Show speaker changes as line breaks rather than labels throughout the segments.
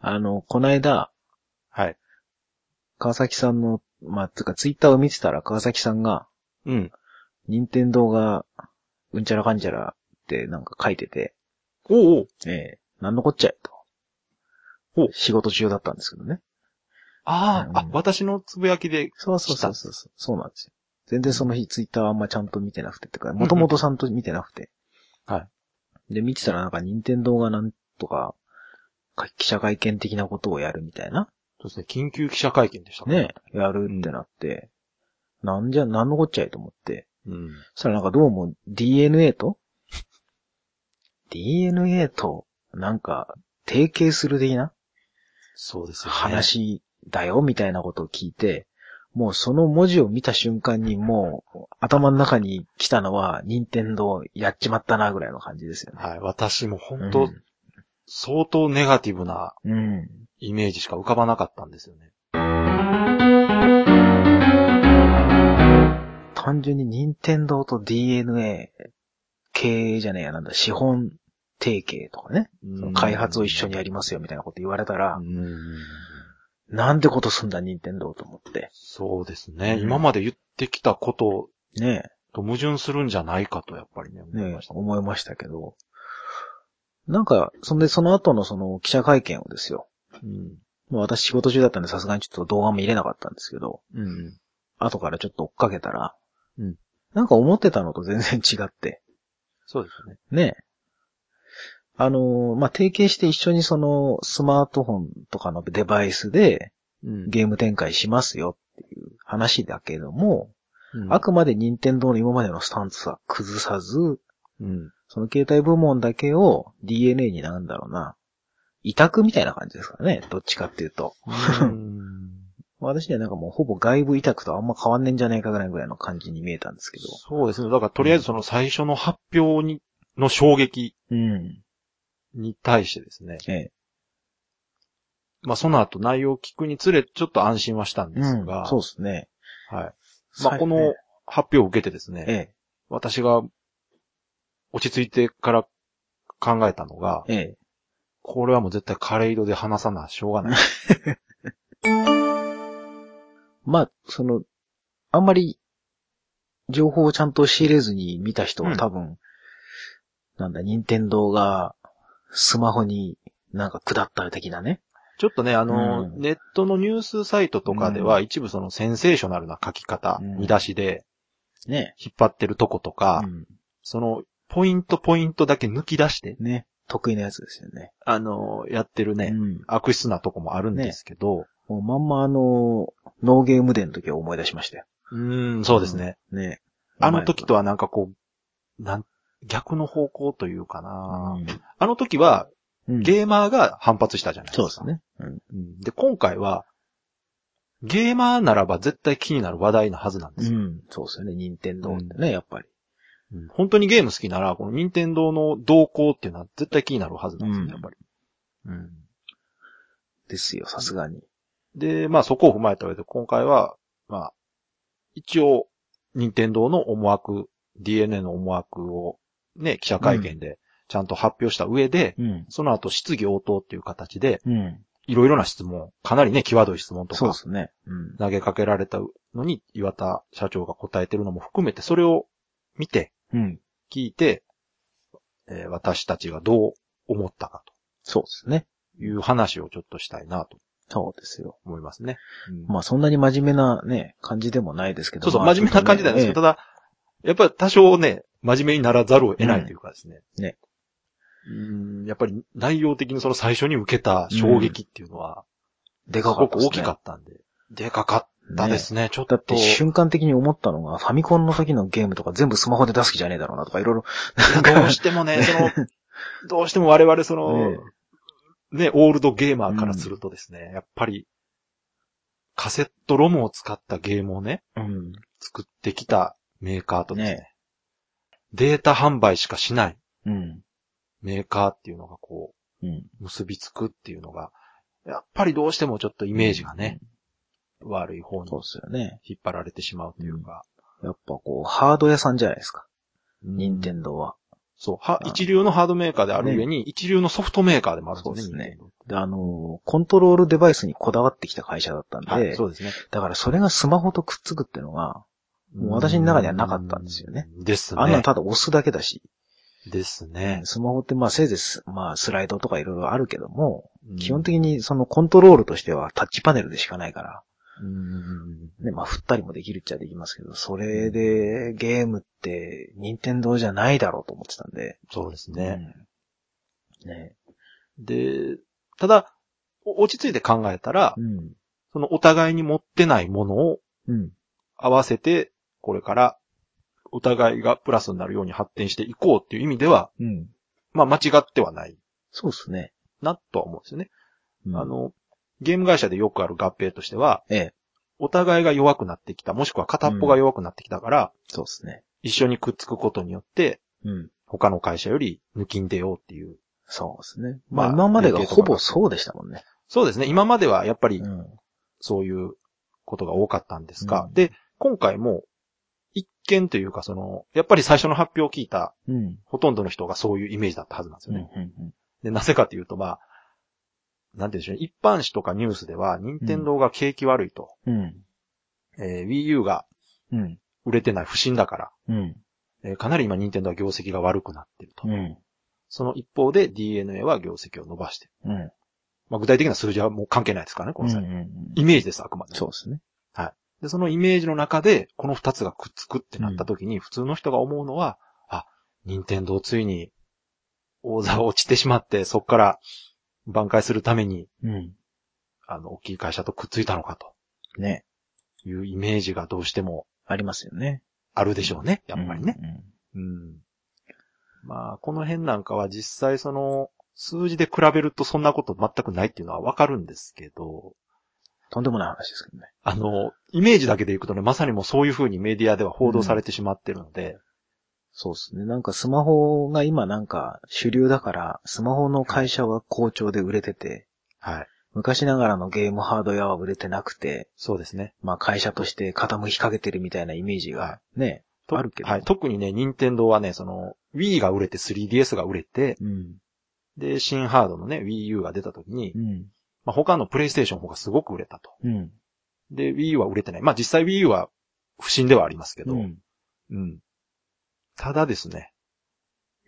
あの、こないだ、
はい。
川崎さんの、まあ、つうかツイッターを見てたら川崎さんが、
うん。
任天堂が、うんちゃらかんちゃらってなんか書いてて、
おうおう
ええなんのこっちゃよと
お。
仕事中だったんですけどね。
ああ、
う
あ
ん、
私のつぶやきで、
そうそうそうそうそう。そうなんですよ。全然その日ツイッターはあんまちゃんと見てなくてってか、もともとちゃんと見てなくて。
は
で、見てたらなんか任天堂がなんとか、か記者会見的なことをやるみたいな。
そうですね、緊急記者会見でした
ね。え、やるってなって、なんじゃ、なんのこっちゃいと思って。
うん。
そしたらなんかどうも DNA と ?DNA と、なんか、提携する的な
そうですよね。。
話だよ、みたいなことを聞いて、もうその文字を見た瞬間にもう頭の中に来たのは、任天堂やっちまったな、ぐらいの感じですよね。
はい。私も本
う
当
ん、
相当ネガティブな
うん。
イメージしか浮かばなかったんですよね。
単純に任天堂と DNA 経営じゃねえや、なんだ、資本提携とかね。その開発を一緒にやりますよ、みたいなこと言われたら、
うん。
なんてことすんだ、任天堂と思って。
そうですね。
うん
今まで言ってきたこと
ねえ。
と矛盾するんじゃないかと、やっぱりね、思い
ね
まし、た。
思いましたけど。なんか、そんで、その後のその記者会見をですよ。
うん。
まあ私仕事中だったんでさすがにちょっと動画も見れなかったんですけど、
うん。
後からちょっと追っかけたら、
うん
なんか思ってたのと全然違って、
そうですね。
ねえ。あのーまあ、提携して一緒にそのスマートフォンとかのデバイスで
うん
ゲーム展開しますよっていう話だけども、
うん
あくまで任天堂の今までのスタンスは崩さず、
うん。
その携帯部門だけを DNA になんだろうな、委託みたいな感じですかね。どっちかっていうと。
うん
私にはなんかもうほぼ外部委託とあんま変わんねえんじゃねえかぐらいぐらいの感じに見えたんですけど。
そうですね。だから、とりあえずその最初の発表に、の衝撃
うん。
に対してですね。
ええ。
まあ、その後内容を聞くにつれ、ちょっと安心はしたんで
う
す
ん
が。。
そうですね。
はい。まあ、この発表を受けてですね。
ええ、
私が落ち着いてから考えたのが、
ええ。
これはもう絶対カレー色で話さな、しょうがない。
まあ、その、あんまり、情報をちゃんと仕入れずに見た人は多分、なんだ、任天堂が、スマホになんか下った的なね。
ちょっとね、あの、
うん
ネットのニュースサイトとかでは、
う
一部そのセンセーショナルな書き方、
うん
見出しで
ね。
引っ張ってるとことか、
うん
その、ポイントポイントだけ抜き出して、
ね。得意なやつですよね。
あの、やってるね、
うん。
悪質なとこもあるんですけど、
もうまんまあの、ノーゲームデーの時を思い出しましたよ。
うーん、そうですね。
ね。
あの時とはなんかこう、なん、逆の方向というかな、あの時は、
うん、ー
ゲーマーが反発したじゃないですか。
そうですね。うん。
うんで、今回は、ゲーマーならば絶対気になる話題のはずなんですよ。
うん。そうですよね。任天堂ってね、やっぱり。
うん本当にゲーム好きなら、この任天堂の動向っていうのは絶対気になるはずなんですよ、
うん
やっぱり。うん
ですよ、さすがに。
で、まあそこを踏まえた上で、今回は、まあ、一応、任天堂の思惑、DNA の思惑をね、記者会見でちゃんと発表した上で、
うん。
その後質疑応答っていう形で、
うん。
いろいろな質問、かなりね、際どい質問と
そう
か
で、すね。うん。
投げかけられたのに岩田社長が答えてるのも含めて、それを見て、
うん。
聞いて、えー私たちがどう思ったか
そうですね。
という話をちょっとしたいなと
そうですよ。
思いますね。
まあそんなに真面目なね、感じでもないですけど。
そうそう、
まあ
真面目な感じなんですけど、、ただ、やっぱり多少ね、真面目にならざるを得ないというかですね。
うんね
うん。やっぱり内容的にその最初に受けた衝撃っていうのは、
ええですかか
ご
っ
く
た
大きか
っ。
ったんで。でかかったですね、ちょった
だ
と。
って瞬間的に思ったのが、ファミコンの時のゲームとか全部スマホで出す気じゃねえだろうなとか、いろいろ。なんか
どうしてもね、 その、どうしても我々その、
ね
ね、オールドゲーマーからするとですね、やっぱり、カセットロムを使ったゲームをね、
うん。
作ってきたメーカーとですね、
ね
データ販売しかしない
うん。
メーカーっていうのがこ
うん。
う、結びつくっていうのが、やっぱりどうしてもちょっとイメージがね、悪い方に
そうですよね。
引っ張られてしまうというか、
やっぱこう、ハード屋さんじゃないですか。
うん
任天堂は。
そう。は、
うん
一流のハードメーカーである上に、一流のソフトメーカーでもあるんですよね。
で、あの、コントロールデバイスにこだわってきた会社だったんで、
はい、そうですね。
だからそれがスマホとくっつくってのが、もう私の中にはなかったんですよね
うん。ですね。
あんなのただ押すだけだし、
ですね。
スマホってまあせいぜいす、まあスライドとかいろいろあるけども、
うん
基本的にそのコントロールとしてはタッチパネルでしかないから、
うん
ね、まあ振ったりもできるっちゃできますけど、それでゲームって任天堂じゃないだろうと思ってたんで。
そうですね。
うん。ね。
で、ただ、お落ち着いて考えたら、
うん。
そのお互いに持ってないものを
うん。
合わせて、これから、お互いがプラスになるように発展していこうっていう意味では、
うん。
まあ間違ってはない
そうですね。
なとは思うんですよね。
うん
あ、の、ゲーム会社でよくある合併としては、
ええ。
お互いが弱くなってきた、もしくは片っぽが弱くなってきたから、
そうですね。
一緒にくっつくことによって、
うん。
他の会社より抜きんでようっていう。
そうですね。まあ
まあ
今までがほぼそうでしたもんね。
そうですね。今まではやっぱり
うん。
そういうことが多かったんですが、
うん
で、今回も一見というかその、やっぱり最初の発表を聞いた
うん。うん
ほとんどの人がそういうイメージだったはずなんです
うん
よ
う
ね。
ん。
で、なぜかというとまあ、なんて言うんでしょうね。一般紙とかニュースでは、任天堂が景気悪いと、
うん。
えー Wii U が
うん。
売れてない不振だから、
うん。
えーかなり今任天堂は業績が悪くなってると。
うん。
その一方で DNA は業績を伸ばしてる。
うん。うん
まあ、具体的な数字はもう関係ないですからね、この際。
うん
イメージです、あくまで。
そうですね。
で、そのイメージの中で、この二つがくっつくってなった時に、普通の人が思うのは、あ、任天堂ついに、王座落ちてしまって、そこから挽回するために、
うん。
あの、大きい会社とくっついたのかと
ね。
いうイメージがどうしても
ありますよね。
あるでしょうね、やっぱりね。
うん。
うん。まあ、この辺なんかは実際その、数字で比べるとそんなこと全くないっていうのはわかるんですけど、
とんでもない話ですけどね。
あの、イメージだけでいくとね、まさにもうそういう風にメディアでは報道されてしまってるので、
そうですね。なんかスマホが今なんか主流だから、スマホの会社は好調で売れてて、
はい。
昔ながらのゲームハードウェアは売れてなくて、
そうですね。
まあ会社として傾きかけてるみたいなイメージが
は
ね。
と
あるけど
はい。特にね、任天堂はね、その、Wii が売れて 3DS が売れて、
うん。
で、新ハードのね、Wii U が出た時に、
うん。
まあ、他の PlayStation の方がすごく売れたと。
うん。
で、Wii U は売れてない。まあ、実際 Wii U は不振ではありますけ
う
ど、
ん。
うん。ただですね、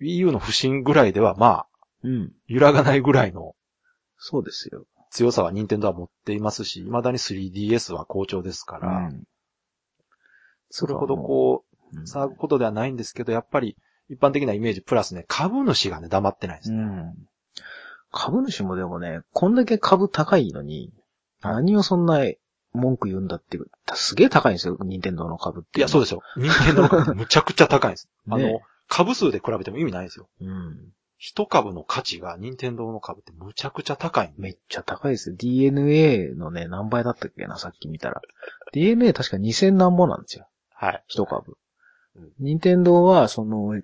Wii U の不振ぐらいでは、まあ、
うん。
揺らがないぐらいの
そうですよ。
強さは任天堂は持っていますし、未だに 3DS は好調ですから、
うん
それほどこ
うん
う、騒ぐことではないんですけど、やっぱり一般的なイメージプラスね、株主がね、黙ってないです
う
ね。
ん。株主もでもね、こんだけ株高いのに、
はい
何をそんな文句言うんだっていう、すげえ高いんですよ、任天堂の株って。
いや、そう
う
ですよ。任天堂の株むちゃくちゃ高いんです。あ
ね
の、株数で比べても意味ないですよ。
のは。うん。
一株の価値が任天堂の株ってむちゃくちゃ高いんで。
めっちゃ高いですよ。DNA のね、何倍だったっけな、さっき見たら。DNA 確か2000何本なんですよ、
はい。
一株
うん。
任天堂は、その、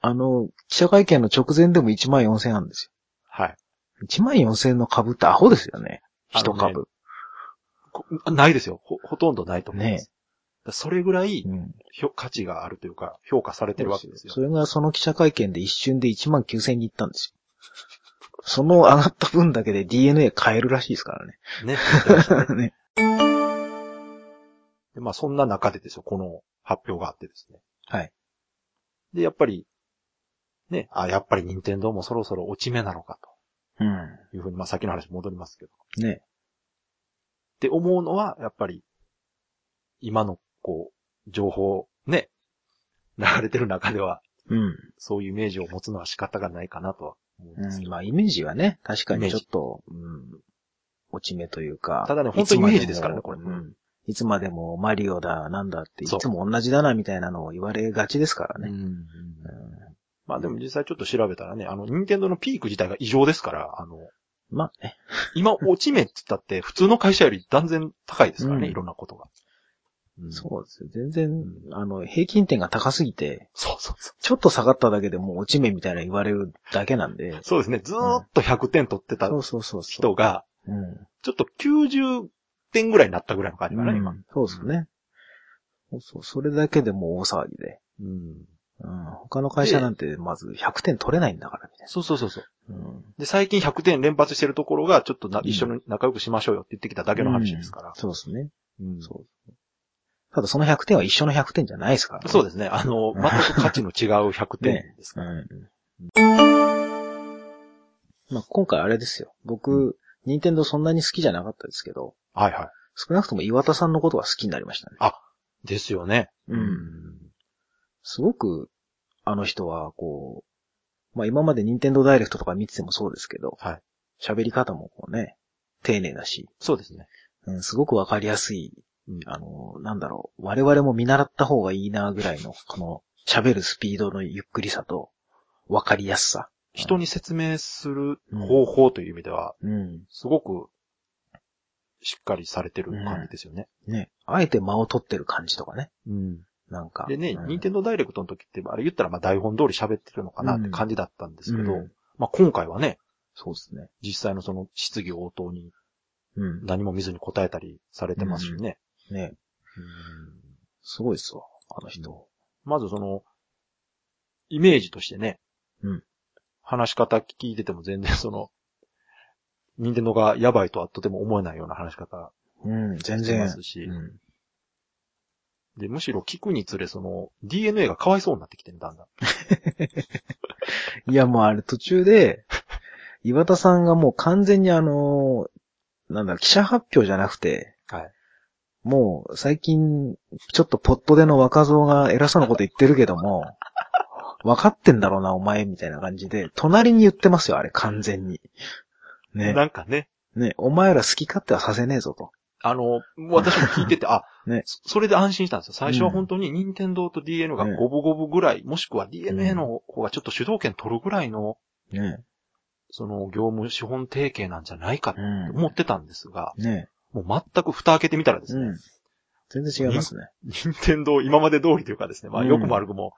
あの、記者会見の直前でも1万4000あるんです
はい。
よ。1万4000の株ってアホですよね。一
あの
株。
こないですよ。ほ、ほとんどないと思います。だそれぐらい、
うん。
ひょ価値があるというか、評価されてるわけですよ。
それがその記者会見で一瞬で1万9000に行ったんですよ。その上がった分だけで DNA 変えるらしいですからね。
ね。 言ってましたね
ね
でまあそんな中でですよ、この発表があってですね。
はい。
で、やっぱり、ね、あ、やっぱり任天堂もそろそろ落ち目なのか
う
というふうに、まあ先の話戻りますけ
ん。
ど。
ね。
って思うのは、やっぱり、今の、こう、情報、ね、 流れてる中では、
うん。
そういうイメージを持つのは仕方がないかなとは思うんです
う
け
ん、
ど。
まあイメージはね、確か
イメ
に
ー
ちょ
ジ
っと、うん、落ち目というか。
ただね
いつ
本当に
ま
イメージですからね
も
これ
うん。いつまでもマリオだ、なんだって、い
そう
つも同じだな、みたいなのを言われがちですからね。
うん
うん
まあでも実際ちょっと調べたらね、あの、任天堂のピーク自体が異常ですから、あの、
まあね。
今、落ち目って言ったって、普通の会社より断然高いですからね、
うん
いろんなことが。うん
そうですよ。全然、あの、平均点が高すぎて、
そうそうそう。
ちょっと下がっただけでもう落ち目みたいな言われるだけなんで。
そうですね、ずーっと100点取ってた
そうそうそうそう。
人が、
うん。
ちょっと90点ぐらいになったぐらいの感じかな、
うん
今。
そうですね。そうそう、それだけでもう大騒ぎで。
うん。
うん。他の会社なんてまず100点取れないんだから、みたい
そうそうそうそう。
な。うん。
で、最近100点連発してるところが、ちょっとな、
うん
一緒に仲良くしましょうよって言ってきただけの話ですから。
そうですね。
うんそ
そう。ただその100点は一緒の100点じゃないですから、
う
ね。
ですね。あの、全く価値の違う100点ですから。
まあ、今回あれですよ。僕、任天堂そんなに好きじゃなかったですけど、
はいは
少なくとも岩田さんのことが好きになりましたね。
い。ですよね。
うんすごく、あの人は、こう、まあ今まで任天堂ダイレクトとか見ててもそうですけど、
はい
喋り方もこうね、丁寧だし、
そうですね。
うん、すごくわかりやすい、
うん
あの、なんだろう、我々も見習った方がいいなぐらいの、この喋るスピードのゆっくりさと、わかりやすさ。
人に説明する方法という意味では、
うん。
すごく、しっかりされてる感じですよね。
ね。あえて間を取ってる感じとかね。
うん。
なんか。
でね、
うん
任天堂ダイレクトの時って、あれ言ったらまあ台本通り喋ってるのかなって感じだったんですけど、
うん
まあ今回はね、
そうですね。
実際のその質疑応答に
うん。
何も見ずに答えたりされてますしね。
ね。
うん
すごいっすわ、あの人。
まずその、イメージとしてね、
うん
話し方聞いてても全然その、任天堂がやばいとはとても思えないような話し方
うん、全
してま
然。
すし、
うん。
で、むしろ聞くにつれその、DNA がかわいそうになってきてる、だんだん。
いや、もうあれ途中で、岩田さんがもう完全にあの、なんだ、記者発表じゃなくて、
はい。
もう最近、ちょっとポットでの若造が偉そうなこと言ってるけども、分かってんだろうな、お前、みたいな感じで、隣に言ってますよ、あれ、完全に。ね。
なんかね、
ね、お前ら好き勝手はさせねえぞと。
あの、私も聞いて て、あ、
ね
そそれで安心したんですよ。最初は本当に任天堂と DNA が
ね
五分五分ぐらい、もしくは DNA の方がちょっと主導権取るぐらいの、
ね。
その業務資本提携なんじゃないかって
うん。
思ってたんですが、
ね。
もう全く蓋開けてみたらですね、
うん。全然違いますね。
任天堂今まで通りというかですね、まあ
うん
よくも悪くも、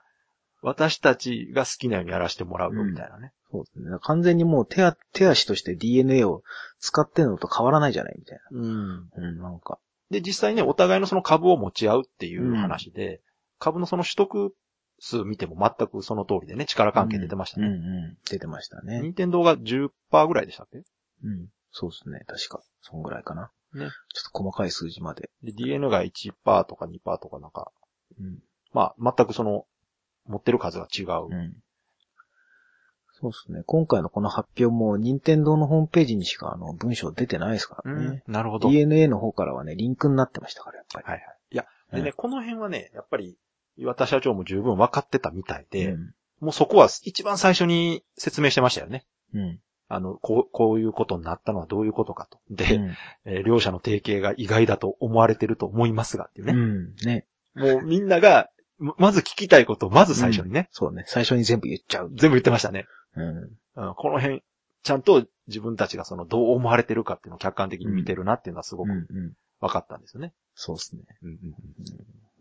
私たちが好きなようにやらせてもらうよみたいなね。
そうですね。完全にもう手あ手足として DNA を使ってるのと変わらないじゃないみたい
うん
な。うん、なんか。
で、実際ね、お互いのその株を持ち合うっていう話で、株のその取得数見ても全くその通りでね、力関係出てました
うん、う
ね。
ん。出てましたね。
任天堂が10%ぐらいでしたっけ
うん。そうですね。確か。そんぐらいかな。
ね
ちょっと細かい数字まで。
で、DNA が1%とか2%とかなんか、
うん。
まあ全くその、持ってる数が違う。
うん。そうですね。今回のこの発表も、任天堂のホームページにしかあの文章出てないですからね。
なるほど。
DNA の方からはね、リンクになってましたから、やっぱり。
はいはい。いや、で
う
ね、
ん
この辺はね、やっぱり、岩田社長も十分分かってたみたいで、
うん
もうそこは一番最初に説明してましたよね。
うん。
あの、こう、こういうことになったのはどういうことかと。で、
うん
えー両者の提携が意外だと思われてると思いますがっていう
うん。
ね。
ね。
もうみんなが、ままず聞きたいことをまず最初にね、
そうね。最初に全部言っちゃう。
全部言ってましたね。
うん。
うん、この辺、ちゃんと自分たちがそのどう思われてるかっていうのを客観的に見てるなっていうのはすご
うん、
く
うん。
分かったんですよね。
そうですね。
うんうん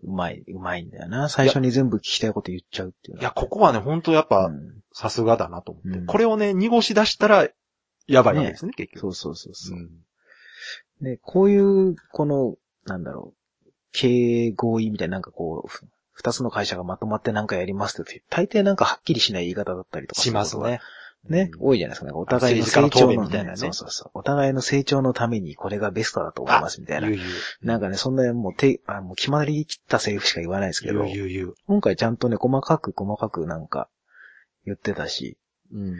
うまい、うまいんだよな。最初に全部聞きたいこと言っちゃうっていう
うん
の
い
は
や、ここはね、本当やっぱ、
うん
さすがだなと思って、
うん
これをね、濁し出したら、やばいわけですね、結
そ
局。
うそうそうそうう、
ん
ね、こういう、この、なんだろう、経営合意みたいな、なんかこう、ふ二つの会社がまとまってなんかやりますって、大抵なんかはっきりしない言い方だったりとか
します
る
ね。
ことが。ね、
うん
多いじゃないですか。なんかお互いの
あの
成
政治家
長
の答
の
弁みたいなね
そうそうそう。お互いの成長のためにこれがベストだと思いますみたいな
言。う言う。
なんかね、そんなもう手、あもう決まりきったセリフしか言わないですけ
言
ど
う、言う言う。
今回ちゃんとね、細かく細かくなんか言ってたし、
うん。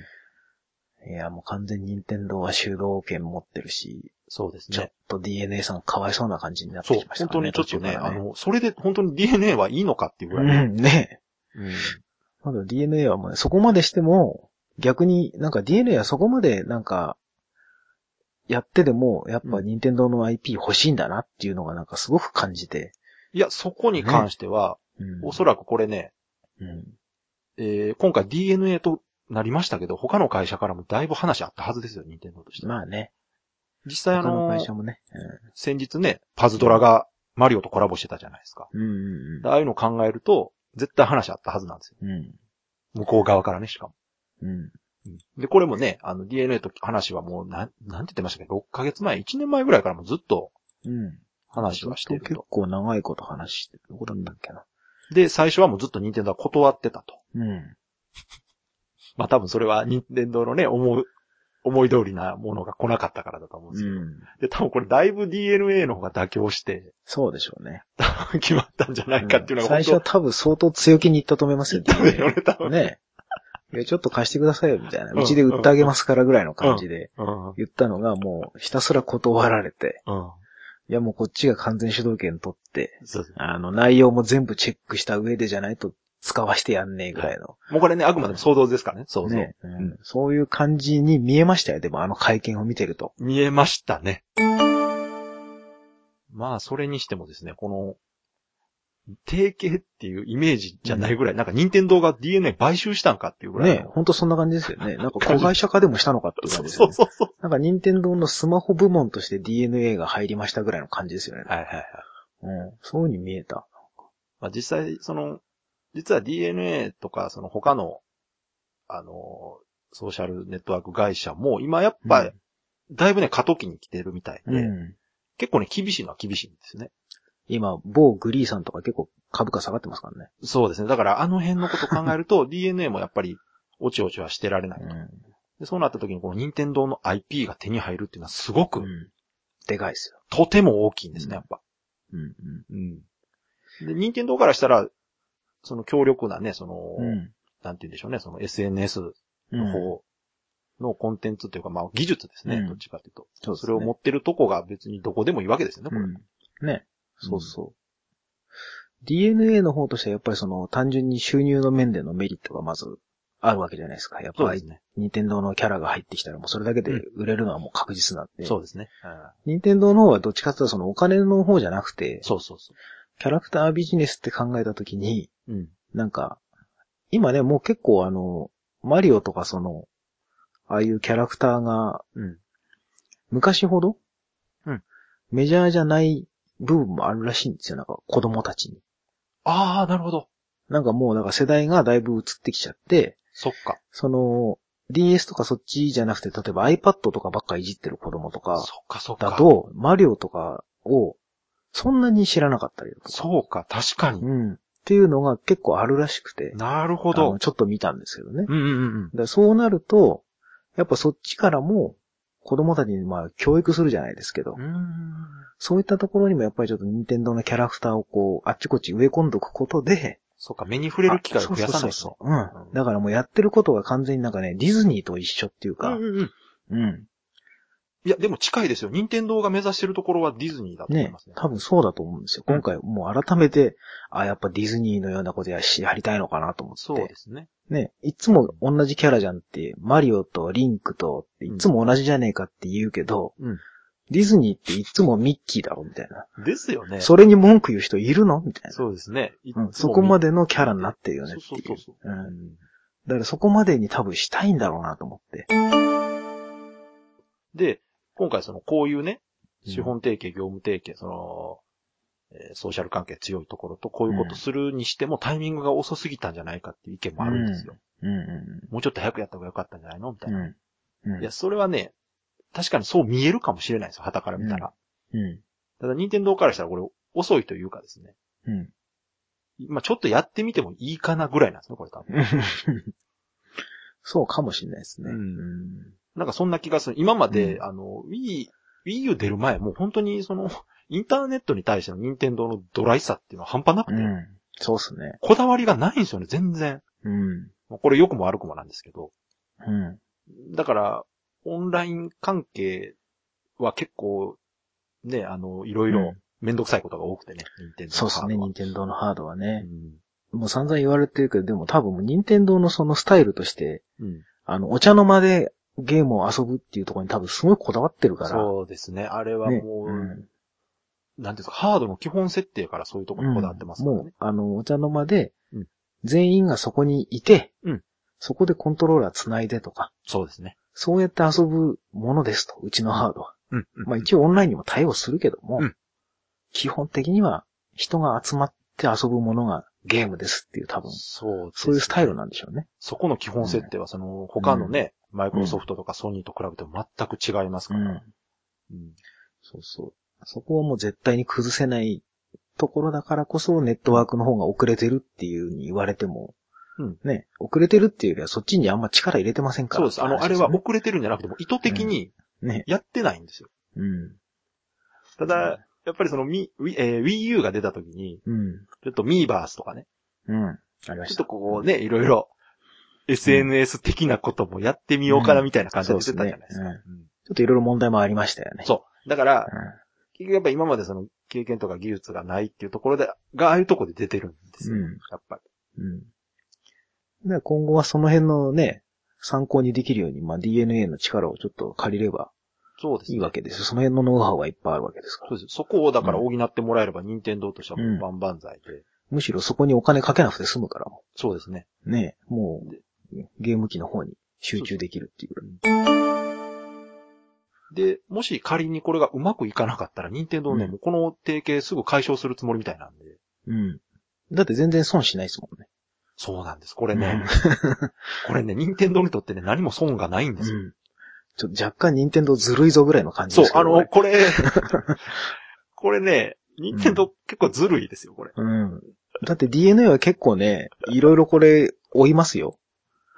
いや、もう完全に任天堂は主導権持ってるし、
そうです
ちょ
ね
っ。と DNA さんかわいそうな感じになって
そう
き、まし
本
た
当にちょっと
途
ね、
中か
あ
ら
の、それで本当に DNA はいいのかっていうぐらい。
うん、ね。
うん
まだ DNA はもうね、そこまでしても、逆になんか DNA はそこまでなんか、やってでも、やっぱ
うん
任天堂の IP 欲しいんだなっていうのがなんかすごく感じて。
いや、そこに関しては、
うん
おそらくこれね、
うん。
えー今回 DNA となりましたけど、他の会社からもだいぶ話あったはずですよ、任天堂として。
まあね。
実際あ
他の
の、
会社もね。
先日ね、パズドラがマリオとコラボしてたじゃないですか。
うん。うん
でああいうのを考えると、絶対話あったはずなんです
う
よ。
ん。うん。
向こう側からね、しかも。
うん。
で、これもね、あの DNA と話はもう、なん、なんて言ってましたっけ、6ヶ月前、1年前ぐらいからもずっと
うん。
話はしてる
結
と。
構長いこと話してる。どこだったっけな。
で、最初はもうずっと任天堂は断ってたと。
うん。
まあ多分それは任天堂のね、思う、思い通りなものが来なかったからだと思うんです
う
よ。
ん。
で、多分これだいぶ DNA の方が妥協して、
そうでしょうね。
決まったんじゃないかっていうのが
最初
本
は
当
多分相当強気に言ったと思いますよ。
だよね、多分。
ねえ。いやちょっと貸してくださいよ、みたいな。
うん
うちで売ってあげますからぐらいの感じで
うん。
言ったのが、もうひたすら断られて、
うん。
いやもうこっちが完全主導権取って、
そうそう
あの、内容も全部チェックした上でじゃないと使わしてやんねえぐらいの。
もうこれね、あくまでも想像ですからね。想像。
ねえ、うんそういう感じに見えましたよ、でもあの会見を見てると。
見えましたね。まあ、それにしてもですね、この、提携っていうイメージじゃないぐらい、なんか任天堂が DNA 買収したんかっていうぐらい
ねえ、
の。
ほんとそんな感じですよ ね。なんか子会社化でもしたのかっていう
そ
感
う
じです
そ
よ
う
ね。
そうそう。
なんか任天堂のスマホ部門として DNA が入りましたぐらいの感じですよね。
はいはいはい。
うん。そういう風に見えた。
まあ、実際、その、実は DNA とか、その他の、あの、ソーシャルネットワーク会社も、今やっぱ、
うん
だいぶね、過渡期に来てるみたいで、
うん。
結構ね、厳しいのは厳しいんですよね。
今、某グリーさんとか結構株価下がってますからね。
そうですね。だから、あの辺のことを考える と、DNA もやっぱり、おちおちはしてられない。でそうなった時に、この任天堂の IP が手に入るっていうのはすごく、
うん。でかいですよ。
とても大きいんですね、やっぱ。
うん。
うん。で、任天堂からしたら、その強力なね、その、
うん。
なんて言うんでしょうね、その SNS
う
の
ん。
方のコンテンツというか、まあ技術ですね、
うん
どっちかというと。
そうですね
それを持ってるとこが別にどこでもいいわけですよね、これ。
うん。ね。そうそう。DNA の方としてはやっぱりその単純に収入の面でのメリットがまずあるわけじゃないですか。やっ
そう
ぱ
です
り、
ね。
任天堂のキャラが入ってきたらもうそれだけで売れるのはもう確実なんで。
そうですね。
任天堂の方はどっちかというとそのお金の方じゃなくて、
そうそうそ
キャラクタービジネスって考えたときに、
う。うん。
なんか、今ね、もう結構あの、マリオとかその、ああいうキャラクターが、
うん
昔ほど、
うん
メジャーじゃない部分もあるらしいんですよ、なんか子供たちに。
ああ、なるほど。
なんかもう、なんか世代がだいぶ移ってきちゃって、
そっか。
その、DS とかそっちじゃなくて、例えば iPad とかばっかいじってる子供とか、
そっか、そっか。
だと、マリオとかを、そんなに知らなかったりだとか。
そうか、確かに。
うん。っていうのが結構あるらしくて、
なるほ
あ
ど
の。ちょっと見たんですけどね。
うんうんうんうん。
だからそうなると、やっぱそっちからも、子供たちにまあ教育するじゃないですけど
う、ーん。
そういったところにもやっぱりちょっと任天堂のキャラクターをこう、あっちこっち植え込んどくことで、
そっか、目に触れる機会を増や
あ
さないと。
そうそうそうそう
う
うんん。だからもうやってることが完全になんかね、ディズニーと一緒っていうか、
うんうんうん。
うん。
いや、でも近いですよ。任天堂が目指してるところはディズニーだと思い
ね
ますね。、
多分そうだと思うんですよ。
うん
今回もう改めて、あ、やっぱディズニーのようなことやし、やりたいのかなと思って。
そうですね。
ね、いつも同じキャラじゃんって、マリオとリンクとって、いつも同じじゃねえかって言うけど、
うん
ディズニーっていつもミッキーだろみたいな。
ですよね。
それに文句言う人いるのみたいな。
そうですね。いつ
う
も
ん、そこまでのキャラになってるよねっていう。。
そうそうそうそううんん
だからそこまでに多分したいんだろうなと思って。
で、今回そのこういうね、
うん
資本提携、業務提携、その、えーソーシャル関係強いところとこういうことするにしてもタイミングが遅すぎたんじゃないかっていう意見もあるんですよ。
うん
もうちょっと早くやった方が良かったんじゃないのみた
う
い
ん
な。
うん。うん。
いや、それはね、確かにそう見えるかもしれないですよ、旗から見たら。
うん。
ただ、任天堂からしたらこれ遅いというかですね。
うん。
まあちょっとやってみてもいいかなぐらいなんですね、これ多分。
そうかもしれないですね。
うん
ん
なんかそんな気がする。今まで、
う
あの、Wii、Wii U 出る前、もう本当にその、 インターネットに対しての任天堂のドライさっていうのは半端なく
う
て、
ん。そうっすね。
こだわりがないんですよね、全然。
うん。
まあこれ良くも悪くもなんですけど。
うん。
だから、オンライン関係は結構、ね、あの、いろいろ
う
めんどくさいことが多くてね、任天堂
そうっすね、
ハードは
任天堂のハードはね。
う
もう散々言われてるけど、でも多分もう任天堂のそのスタイルとして、
ん。うん。
あの、お茶の間でゲームを遊ぶっていうところに多分すごいこだわってるから。
そうですね。あれは
ね
もう、
うん
なんていうんですか、ハードの基本設定からそういうところにこだわってますからね。
もう、あの、お茶の間で
うん、
全員がそこにいて、
うん
そこでコントローラー繋いでとか、
そうですね。
そうやって遊ぶものですと、うちのハードは。
うん。うん
まあ一応オンラインにも対応するけども、
うん
基本的には人が集まって遊ぶものがゲームですっていう多分、
そうですね
そういうスタイルなんでしょうね。
そこの基本設定は、その、他のね、マイクロソフトとかソニーと比べても全く違いますから。うん
そうそう。そこはもう絶対に崩せないところだからこそネットワークの方が遅れてるっていう風に言われても、
うん
ね、遅れてるっていうよりはそっちにあんま力入れてませんから。
そうです。あの、あれは遅れてるんじゃなくても、意図的に
ね。
やってないんですよ。
うん。
ただ、やっぱりその、み、Wii えー Wii U が出た時に、
うん。
ちょっとミーバースとかね、
うん。ありま
ちょ
し
っと
た。
こうね、いろいろ、SNS 的なこともやってみようかなみたいな感じで出てたじゃないですか。
うんそう
うん
ちょっといろいろ問題もありましたよね。
そう。だから、
うん。
結局やっぱ今までその経験とか技術がないっていうところで、がああいうところで出てるんですよ。
うん
やっぱり。
うん。だから今後はその辺のね、参考にできるように、まあ、DNA の力をちょっと借りれば
そうです、
いいわけですよ。その辺のノウハウはいっぱいあるわけですか
そ
ら。
うです。そこをだから補ってもらえれば、任天堂としては
うん
もう万々歳で。
むしろそこにお金かけなくて済むからも
そうですね。
う。ねえもう、ゲーム機の方に集中できるっていうぐらい。
で、もし仮にこれがうまくいかなかったら、任天堂ね、
うん
もうこの提携すぐ解消するつもりみたいなんで。
うん。だって全然損しないですもんね。
そうなんです。これね、これね、任天堂にとってね、何も損がないん
う
ですよ。
ん。ちょっと若干任天堂ずるいぞぐらいの感じ
そ
で
う
す、けど
あの、
ね
これ、 これね、任天堂結構ずるいですよ、これ。
うん。だって DNA は結構ね、いろいろこれ追いますよ。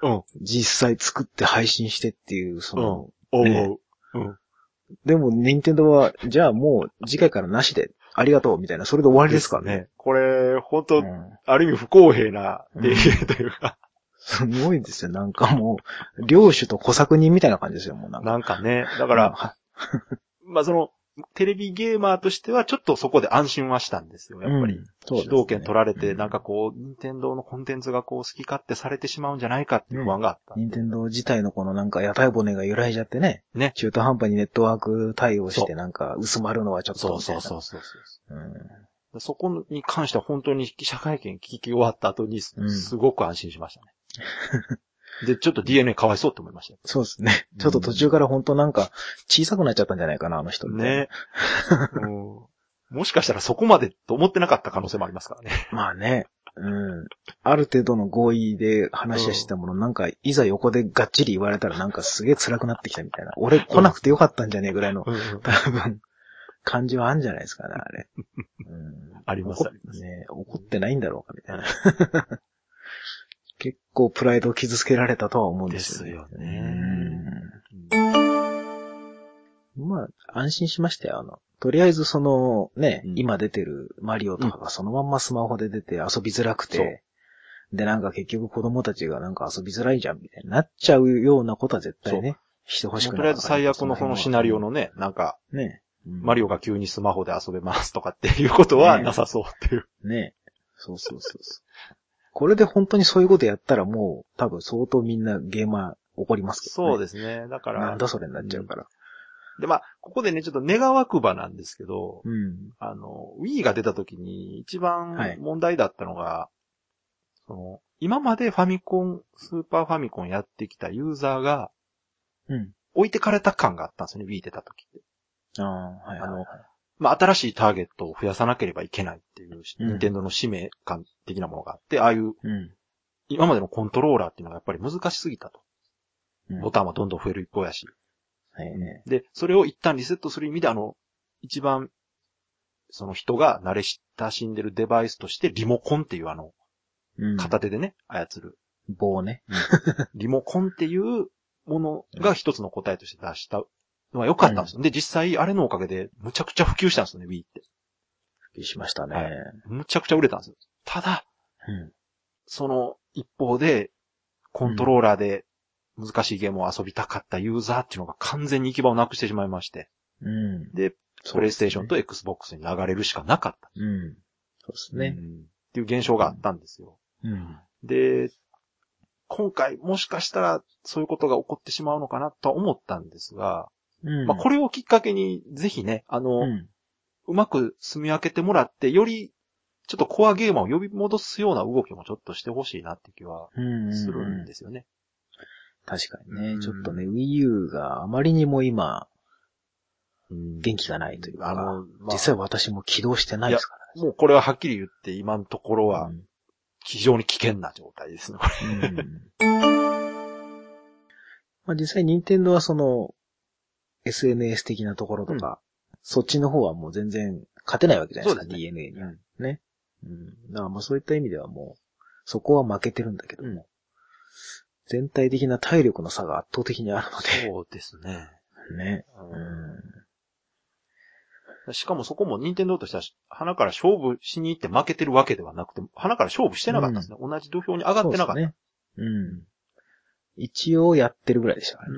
うん。
実際作って配信してっていう、その、
思う。
ねでも、任天堂は、じゃあもう次回からなしで、ありがとう、みたいな、それで終わりですからね。。
これ、本当、
うん
ある意味不公平な提携というか、
すごいですよ。なんかもう、領主と小作人みたいな感じですよ、もうなんか。
なんかね、だ
だ
から、、まあその、テレビゲーマーとしてはちょっとそこで安心はしたんですよ、やっぱり。
うん
主導権取られて、
うん
なんかこう、任天堂のコンテンツがこう好き勝手されてしまうんじゃないかっていう不安があった。
任天堂自体のこのなんか屋台骨が揺らいじゃってね。
ね
中途半端にネットワーク対応し
そ
てなんか薄まるのはちょっと
そう
みたい
そう
な。
そうそう
うん。
そこに関しては本当に記者会見聞き終わった後にす
うん
すごく安心しましたね。で、ちょっと DNA かわいそうって思いましたよ。
そうですね。ちょっと途中から本当なんか小さくなっちゃったんじゃないかな、あの人みたいな。
ね、うんもしかしたらそこまでと思ってなかった可能性もありますからね。
まあね。うん。ある程度の合意で話はしてたもの、なんか、いざ横でがっちり言われたらなんかすげえ辛くなってきたみたいな。俺来なくてよかったんじゃねえぐらいの、 多分、感じはあるんじゃないですかね、あれ。うん。
ありますあります
ね怒ってないんだろうか、みたいな。 結構プライドを傷つけられたとは思うんですよね。
ですよね
うん。まあ、安心しましたよ。あの、とりあえずその、ね、
うん
今出てるマリオとかがそのまんまスマホで出て遊びづらくて、で、なんか結局子供たちがなんか遊びづらいじゃん、みたいになっちゃうようなことは絶対ね、してほし
もう
く
と
な
り
か
あえ
った
ず最悪のそのシナリオのね、なんか、
ね。
マリオが急にスマホで遊べますとかっていうことは
ね
なさそうっていう。
ね。そうそうそうそう。 これで本当にそういうことやったらもう多分相当みんなゲーマー怒りますけど、ね。
そう
で
ですね。だか
すな
ら
ん、だそれになっちゃうから。
で、まあ、ここでね、ちょっと願わくばなんですけど、
うん。
あの、Wii が出た時に一
は
番
い
問題だったのが、その、今までファミコン、スーパーファミコンやってきたユーザーが
うん。
置いてかれた感があったんですよね、Wii 出た時って。
ああ、はい、
あ
は
の
い。
まあ、新しいターゲットを増やさなければいけないっていう、
うん
任天堂の使命感的なものがあって、ああいう
うん
今までのコントローラーっていうのがやっぱり難しすぎたと。
うん。
ボタンはどんどん増える一方やし。
はいね。
で、それを一旦リセットする意味で、あの、一番、その人が慣れ親しんでるデバイスとして、リモコンっていうあの、
うん。
片手でね、操る。
棒ね。
リモコンっていうものが一つの答えとして出したのは良かったんですよ。で、実際、あれのおかげで、むちゃくちゃ普及したんですよね、Wii って。
復帰しましたね。
はいむちゃくちゃ売れたんですよ。ただ、
うん。
その一方で、コントローラーで難しいゲームを遊びたかったユーザーっていうのが完全に行き場をなくしてしまいまして、
うん。
で、
そ
プ
う
レイ
で
ス
す
テー
ね
ションと Xbox に流れるしかなかった。
うん。そうですね
う。んっていう現象があったんですよ。
うん。
で、今回もしかしたらそういうことが起こってしまうのかなとは思ったんですが、
うん。
まあこれをきっかけにぜひね、あの、う
うん。
まく住み分けてもらって、よりちょっとコアゲーマーを呼び戻すような動きもちょっとしてほしいなって気は
うん。
するんですよね。
確かに
う
ね、
ん
ちょっとね、Wii U があまりにも今、
うん
元気がないというか、
あの、まあ
実際私も起動してないですからね。
もうこれははっきり言って今のところは
うん
非常に危険な状態ですね。
まあ実際、任天堂はその、SNS 的なところとか、そっちの方はもう全然勝てないわけじゃないですか、
そうです
DNA には。ね。うん。だからまあそういった意味ではもう、そこは負けてるんだけども、
うん
全体的な体力の差が圧倒的にあるので、
そうですね。
ね。
しかもそこも任天堂としては、花から勝負しに行って負けてるわけではなくて、花から勝負してなかったんですね。同じ土俵に上がってなかった。
そうですね。うん。一応やってるぐらいでしたからね。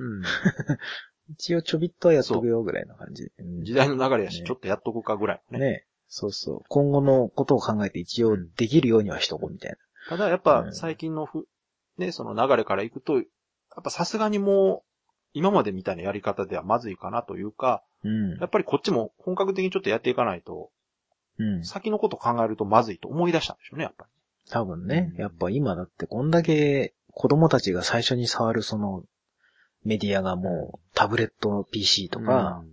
一応ちょびっとはやっとくよぐらいの感じ。
う
うんん
時代の流れやし、
ね
ちょっとやっとくかぐらい、ね。
ね。そうそう。今後のことを考えて一応できるようにはしとこうみたい
ただやっ
う
ぱ
ん
最近のふ、ね、その流れから行くと、やっぱさすがにもう、今までみたいなやり方ではまずいかなというか、
な。うん
や。っぱりこっちも本格的にちょっとやっていかないと、
うん。
先のこと考えるとまずいと思い出したんでしょうね、やっぱ
多分ね、
うん
やっぱ今だってこんだけ子供たちが最初に触るそのメディアがもうタブレットの PC
り。
とか、、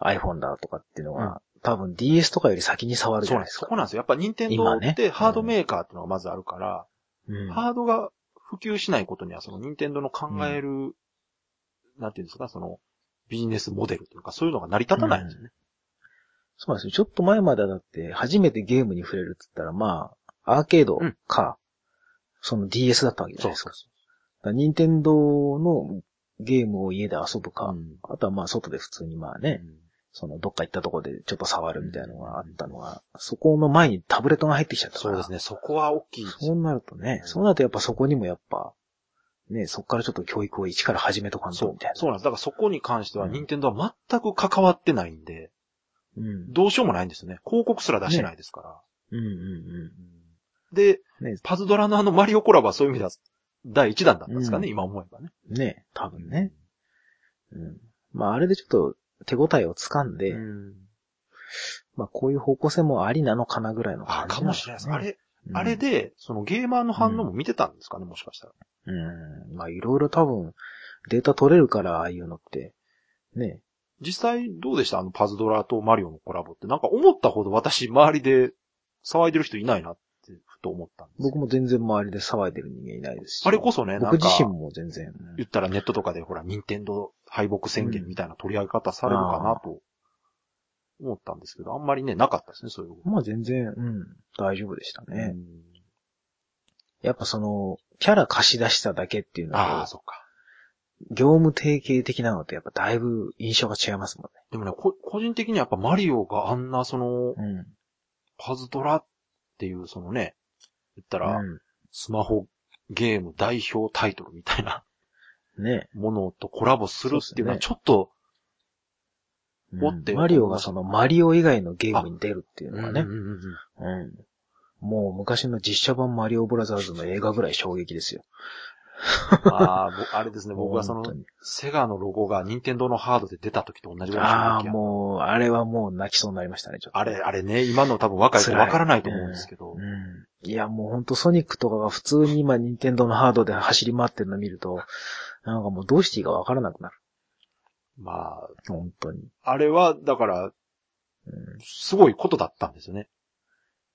iPhone だとかっていうのが、多分 DS とかより先に触るじ
そ
ゃ
う
ない
なんで。
ですす
そ
か。
こなんですよ。やっぱ任天堂っ
今ね
てハードメーカーっていうのがまずあるから、
うん
ハードが普及しないことには、その任天堂の考える、なんていうんですか、その、ビジネスモデルというか、そういうのが成り立たないんですよね。
そうなんですよ。ちょっと前までだって初めてゲームに触れるって言ったらまあ、アーケードか、その DS だったわけじゃないですか。だから任天堂のゲームを家で遊ぶか、
うん
あとはまあ外で普通にまあね、そのどっか行ったとこでちょっと触るみたいなのがあったのが、そこの前にタブレットが入ってきちゃったか
そう
ら。
ですね。そこは大きいです
そうなるとね、
うん
そうなるとやっぱそこにもやっぱ、ね、そこからちょっと教育を一から始めとかん
そ
と
う
みたい、な。
そうなんです。だからそこに関しては、
うん
任天堂は全く関わってないんで、
う。うん。
どうしようもないんですよね。広告すら出してないですから。
うんうん
で、
うん。ね、
パズドラのあのマリオコラボはそういう意味では、第一弾だったんですか
う
ね、
ん
今思えばね。
ね、多分ね。うん。まああれでちょっと手応えをつかんで、
うん。
まあこういう方向性もありなのかなぐらいの
あ、
感じ
かもしれないです。あれ、あれ
で、
で、そのゲーマーの反応も見てたんですかね、もしかしたら。
うん。まあいろいろ多分、データ取れるから、ああいうのって。ね。
実際どうでしたあのパズドラとマリオのコラボって。なんか思ったほど私、周りで騒いでる人いないなって、ふと思ったんですよ。
僕も全然周りで騒いでる人間いないですし。
あれこそね、な
僕
ん
自
か、
身も全然。うん
言ったらネットとかでほら、任天堂敗北宣言みたいな取り上げ方されるかなと思ったんですけど、あんまりね、なかったですね、そういうこ
まあ全然、うん。大丈夫でした
と。
ね。
うん
やっぱその、キャラ貸し出しただけっていうの
ああ、
は、
そっか。
業務提携的なのってやっぱだいぶ印象が違いますも
でもね、こ個人的にはやっぱマリオがあんなその、
んね。
パズドラっていうそのね、言った
うん。
ら、
う
スマホゲーム代表タイトルみたいな
ん。ね。
ものとコラボするっていうのは
そうです
ちょっと、
う
おって
んマリオがその、マリオ以外のゲームに出るっていうのはね
うん。うんうん
うん。もう昔の実写版マリオブラザーズの映画ぐらい衝撃ですよ。
あーぼあ れですね、僕はその
本当、に
セガのロゴが任天堂のハードで出た時と同じぐらいの
ああ、
衝撃や
もう、あれはもう泣きそうになりましたね、ちょっと。
あれ、あれね、今の多分若い子
辛い
わからないと思うんですけど
う、ん。いや、もうほんとソニックとかが普通に今、ニンテンドーのハードで走り回ってるの見ると、なんかもうどうしていいかわからなくなる。
まあ、
本当に。
あれは、だから、
う
すごいことだったんですよね。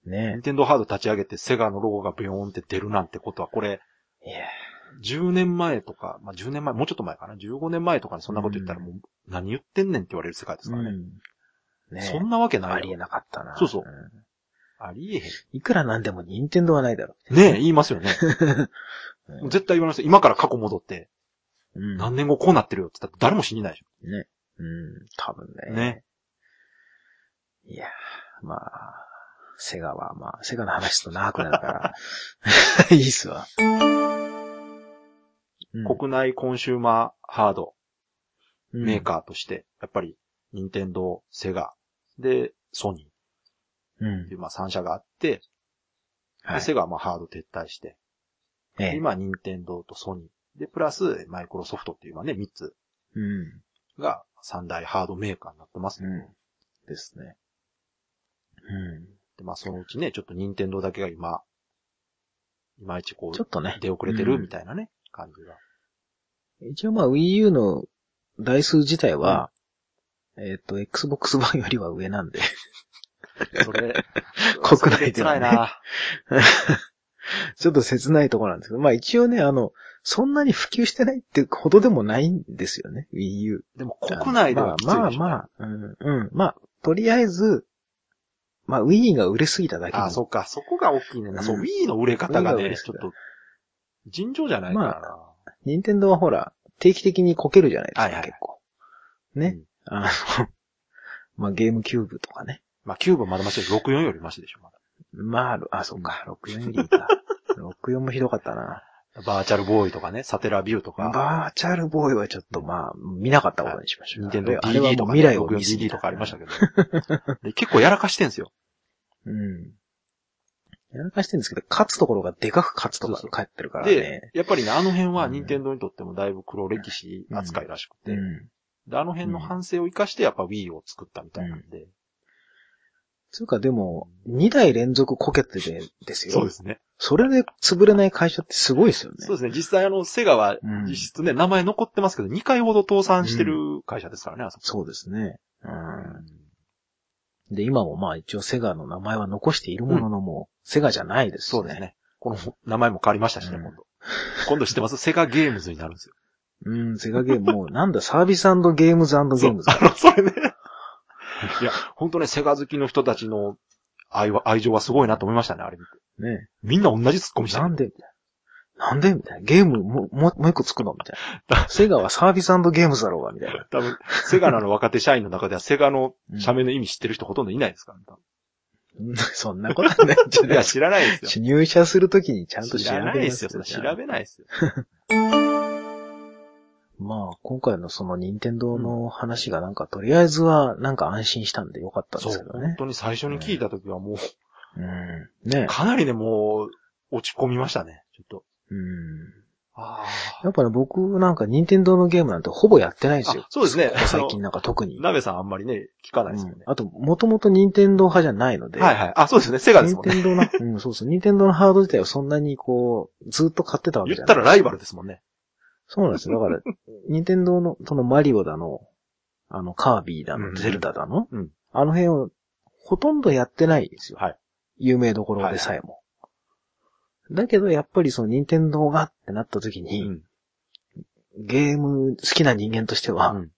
ん、
ニ
ね
ンテンドーハード立ち上げてセガのロゴがビヨーンって出るなんてことは、これ、
え。いや、
10年前とか、まあ10年前、もうちょっと前かな、15年前とかにそんなこと言ったらもう、何言ってんねんって言われる世界ですからね。
うん。ね
そんなわけない
あ
や
りえ
ろ。
なかったな。
そうそうんありえへん。
いくらなんでもニンテンドーはないだろ
ねえ、言いますよ ね。
う。
もう絶対言われますよ。今から過去戻って、
うん。
何年後こうなってるよって言ったら誰も信じないでし
ね。うん、多分ね。
ね。
いやー、まあ、セガは、まあ、セガの話すると長くなるから、 いいっすわ。うん
ょ。国内コンシューマーハードメー
ー。
カーとして、やっぱり、任天堂、セガ、で、ソニー
うん
ってい。う、まあ、3社があって、
は
で
い。
セガはまあ、ハード撤退して、
ええ。
今、任天堂とソニー、で、プラス、マイクロソフトっていう、まあね、3つ
うん。
が3大ハードメーカーになってますけど、
うん。ですね。
で、まあ、そのうちね、ちょっと任天堂だけが今、いまいち
う
こ
ん。ちょ
う、
っとね。
出遅れてるみたいなね、感じが。
一応まあ Wii U の台数自体は、えっと、Xbox 版よりは上なんで。
それ、
国内ではね
それ辛いな。
ちょっと切ないところなんですけど、まあ一応ね、あの、そんなに普及してないってほどでもないんですよね、Wii U。
でも、国内ではきついでしょ
まあまあまあ、うん、うん。まあ、とりあえず、まあ、Wii が売れすぎただけ
あ、そっか。そこが大きいねんな。そう、
うん
Wii の売れ方が
Wii が売れ
ね、
て
ち
た
ょっと、尋常じゃないからな。
任天堂はほら、定期的にこけるじゃないですか、
はいはい
結構。ね。あの、まあ、ゲームキューブとかね。
まあ、キューブまだましで64よりましでしょ、ま
まあ、あ、そうか、64よりいいか。64もひどかったな。
だ。バーチャルボーイとかね、サテラビューとか、
バーチャルボーイはちょっとまあ、見なかったことにしましょう。
任天堂
あれは
DD とか
もう
ね、
未来を見据え
64DD とかありましたけど。 で結構やらかしてんすよ。
うん。やらかしてるんですけど、勝つところがでかく勝つとか
そうそう
帰ってるから
で
ね。、
やっぱりね、あの辺は
うん
任天堂にとってもだいぶ黒歴史扱いらしくて、
うん。
で、あの辺の反省を生かしてやっぱ Wii を作ったみたいなんで。
つうかでも、2代連続こけててですよ。
すね。
それで潰れない会社ってすごいですよね。
そうですね。実際あの、セガは
うん
実質ね、名前残ってますけど、2回ほど倒産してる会社ですからね、あそこ。
そうですね。うん。で、今もまあ一応セガの名前は残しているもののもう、セガじゃないです、
そうです。ね。この名前も変わりましたしね、
うん
今度。今度知ってますセガゲームズになるんですよ。
うん、セガゲーム、もう なんだ、サービスゲームズ ゲームズ。
あの、そ れね。いや、ほんとね、セガ好きの人たちの愛は、愛情はすごいなと思いましたね、あれ見て。
ね。
みんな同じツッコミしてる
なんでみたいな。なんでみたいな。ゲームも、もう、もう一個作るのみたいな。セガはサービスゲームズだろうが、みたいな。
多分、セガの若手社員の中ではセガの社名の意味知ってる人ほとんどいないですから、ね多
うんそんなことはないんじゃな
分
い
い
で
や、
す
知らないで
か
す よ。
入社するときにちゃんと調べ
知らないですよ。そ
ま
れ調べないですよ。
まあ、今回のその任天堂の話がなんか、とりあえずはなんか安心したんでよかったんで
そ
すけ
う、
ど
本
ね。
当に最初に聞いた時はも
うん。ね
う、かなりね、もう、落ち込みましたね、ちょっと。
うん。
あ
やっぱね、僕なんか任天堂のゲームなんてほぼやってないんですよ
あ。。そうですね
ここ。最近なんか特に。
なべさんあんまりね、聞かないですよ
うん
ね。
あと、もともと任天堂派じゃないので。
はいはい。あ、そうですね。セガです
任
もんね。
天堂な、うん、そうそう。任天堂の ハード自体はそんなにこう、ずっと買ってたわけ
言
じ
っ
ゃな
た
い。
らライバルですもんね。
そうなんですよ。だから、任天堂の、そのマリオだの、あの、カービィだ
う
の、
ん
ゼルダだの、
うん
あの辺を、ほとんどやってないんですよ。
はい
有名どころでさえも。だけど、やっぱりその任天堂がってなった時
う
に、。ゲーム好きな人間としては、
うん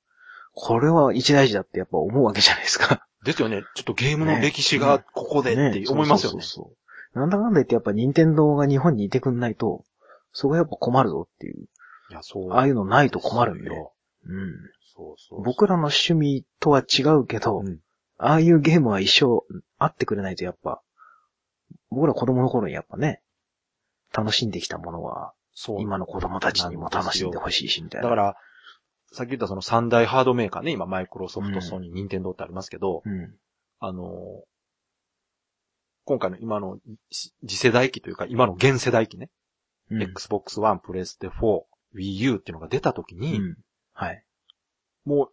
これは一大事だってやっぱ思うわけじゃないですか。
ですよね。ちょっとゲームの歴史がここでって思います
そうそう
よね。
そうそうなんだかんだ言ってやっぱ任天堂が日本にいてくんないと、そこはやっぱ困るぞっていう。
いや、そう。
ああいうのないいと困るんで。うん。
そうそう。
僕らの趣味とは違うけど、
うん
ああいうゲームは一生あってくれないとやっぱ、僕ら子供の頃にやっぱね、楽しんできたものは、
そう
今の子供たちにも楽しんでほしいし、みたいな。
だから、さっき言ったその三大ハードメーカーね、今マイクロソフ
う
ト、
ん
ソニー、ニンテンドーってありますけど、
うん。
あのー今回の今のし次世代機というか、今の現世代機ね、
うん。
Xbox One、プレステ4、Wii U っていうのが出た時
う
に、
ん。はい。
もう、